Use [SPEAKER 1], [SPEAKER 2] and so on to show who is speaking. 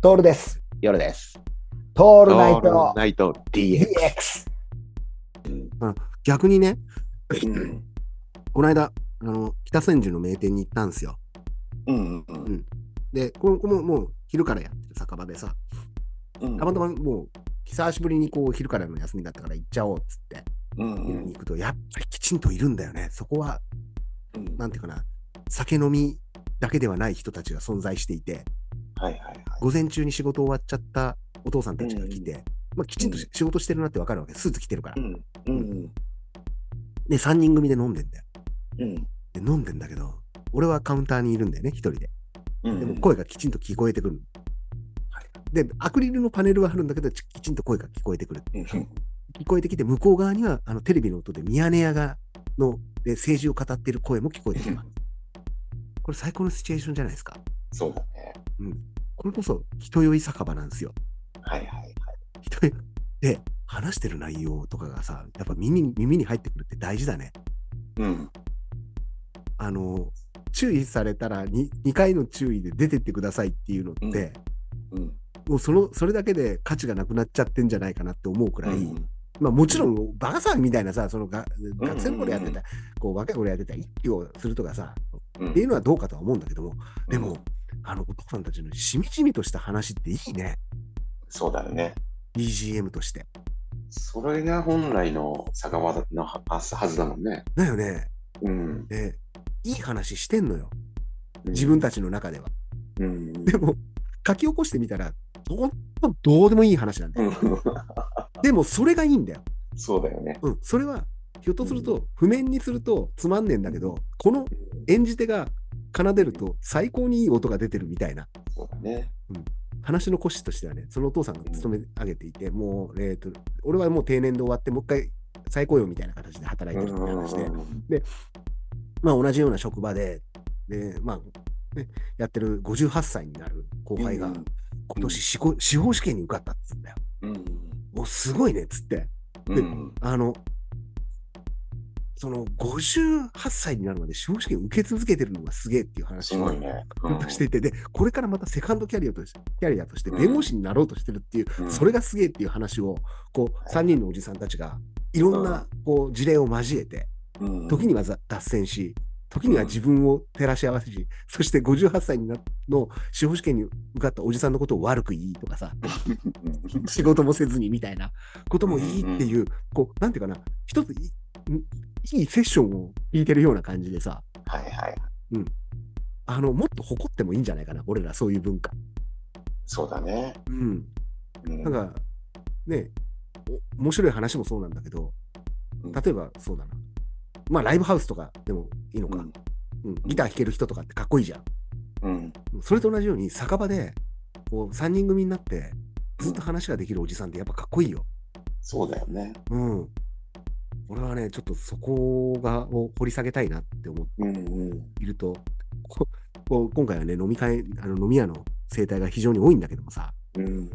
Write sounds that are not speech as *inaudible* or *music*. [SPEAKER 1] トールです。
[SPEAKER 2] 夜です。
[SPEAKER 1] ト
[SPEAKER 2] オ
[SPEAKER 1] ールナイト
[SPEAKER 2] ナイト DX。
[SPEAKER 1] DX。
[SPEAKER 3] 逆にね、この間、あの、北千住の名店に行ったんですよ。
[SPEAKER 2] うんうん
[SPEAKER 3] で、ここももう昼からやってる酒場でさ、
[SPEAKER 2] うん。
[SPEAKER 3] たまたまもう、久しぶりにこう、昼からの休みだったから行っちゃおうっつって、
[SPEAKER 2] うんうん
[SPEAKER 3] 行くと、やっぱりきちんといるんだよね。そこは、
[SPEAKER 2] うん
[SPEAKER 3] なんていうかな、酒飲みだけではない人たちが存在していて、
[SPEAKER 2] はいはいはい。
[SPEAKER 3] 午前中に仕事終わっちゃったお父さんたちが来て、まあ、きちんと仕事してるなってわかるわけ。スーツ着てるから
[SPEAKER 2] う。んうん
[SPEAKER 3] で、3人組で飲んでんだよ。
[SPEAKER 2] うん
[SPEAKER 3] で、飲んでんだけど、俺はカウンターにいるんだよね、一人で。
[SPEAKER 2] うん。
[SPEAKER 3] でも声がきちんと聞こえてくる。
[SPEAKER 2] はい
[SPEAKER 3] で、アクリルのパネルはあるんだけど、ちきちんと声が聞こえてくる。
[SPEAKER 2] うんうん
[SPEAKER 3] 聞こえてきて、向こう側にはあのテレビの音でミヤネ屋がので政治を語っている声も聞こえてきます。これ最高のシチュエーションじゃないですか。
[SPEAKER 2] そうだね。
[SPEAKER 3] これこそ人酔い酒場なんですよ。
[SPEAKER 2] はいはい
[SPEAKER 3] 人酔いで話してる内容とかがさ、やっぱ耳に耳に入ってくるって大事だね。
[SPEAKER 2] うん
[SPEAKER 3] あの、注意されたら 2, 2回の注意で出てってくださいっていうのって、
[SPEAKER 2] うんうん
[SPEAKER 3] もうそのそれだけで価値がなくなっちゃってんじゃないかなって思うくらい、
[SPEAKER 2] うん
[SPEAKER 3] まあ、もちろんバカさんみたいなさそのが
[SPEAKER 2] うん
[SPEAKER 3] 学生の頃やってた、こう若い頃やってた一挙をするとかさ、
[SPEAKER 2] うん
[SPEAKER 3] っていうのはどうかとは思うんだけどもでも、あのお父さんたちのしみじみとした話っていいね
[SPEAKER 2] そうだよね。
[SPEAKER 3] BGM として
[SPEAKER 2] それが本来の酒場のははずだもんね。
[SPEAKER 3] だよね
[SPEAKER 2] うん
[SPEAKER 3] でいい話してんのよ
[SPEAKER 2] うん
[SPEAKER 3] 自分たちの中では、
[SPEAKER 2] うん *laughs*
[SPEAKER 3] でも書き起こしてみたらほんとどうでもいい話なんだ
[SPEAKER 2] う
[SPEAKER 3] よ、
[SPEAKER 2] ん
[SPEAKER 3] でもそれがいいんだよ
[SPEAKER 2] そうだよね。
[SPEAKER 3] うん、それはひょっとすると、譜面にするとつまんねえんだけど、この演じ手が奏でると最高にいい音が出てるみたいな
[SPEAKER 2] そうだね。
[SPEAKER 3] 話の骨子としてはね、そのお父さんが勤め上げていて、もう、えー、と俺はもう定年で終わって、もう一回再雇用みたいな形で働いてるって話で、
[SPEAKER 2] うん
[SPEAKER 3] まあ、同じような職場で、でまあね、やってる58歳になる後輩が、今年司法司法試験に受かったっつうんだよ。
[SPEAKER 2] うん
[SPEAKER 3] もうすごいねっつって。
[SPEAKER 2] うん
[SPEAKER 3] あの、その58歳になるまで司法試験受け続けてるのがすげえっていう話
[SPEAKER 2] すごい
[SPEAKER 3] を
[SPEAKER 2] ね。
[SPEAKER 3] ずっとしていて、で、これからまたセカンドキャリアとして、キャリアとして弁護士になろうとしてるっていう、
[SPEAKER 2] うん
[SPEAKER 3] それがすげえっていう話を、こう、3人のおじさんたちが、いろんな、こう、事例を交えて、
[SPEAKER 2] うん
[SPEAKER 3] 時にはざ脱線し、時には自分を照らし合わせし、そして58歳になの司法試験に受かったおじさんのことを悪く言いとかさ、
[SPEAKER 2] う
[SPEAKER 3] *laughs*
[SPEAKER 2] ん
[SPEAKER 3] 仕事もせずにみたいなこともいいっていう、こう、なんていうかな、一ついんいいセッションを聞いてるような感じでさ、
[SPEAKER 2] はいはい。
[SPEAKER 3] あの、もっと誇ってもいいんじゃないかな、俺らそういう文化。
[SPEAKER 2] そうだね。
[SPEAKER 3] うん。
[SPEAKER 2] うん
[SPEAKER 3] なんか、ね、お面白い話もそうなんだけど、
[SPEAKER 2] うん
[SPEAKER 3] 例えばそうだな。まあ、ライブハウスとかでもいいのか、うんギター弾ける人とかってかっこいいじゃん。
[SPEAKER 2] うん
[SPEAKER 3] それと同じように、酒場で、こう、3人組になって、ずっと話ができるおじさんってやっぱかっこいいよ。
[SPEAKER 2] そうだよね。
[SPEAKER 3] うん。俺はね、ちょっとそこがを掘り下げたいなって思っ
[SPEAKER 2] うんうん。
[SPEAKER 3] ていると、ここう今回はね、飲み会、あの飲み屋の生態が非常に多いんだけどもさ、
[SPEAKER 2] うん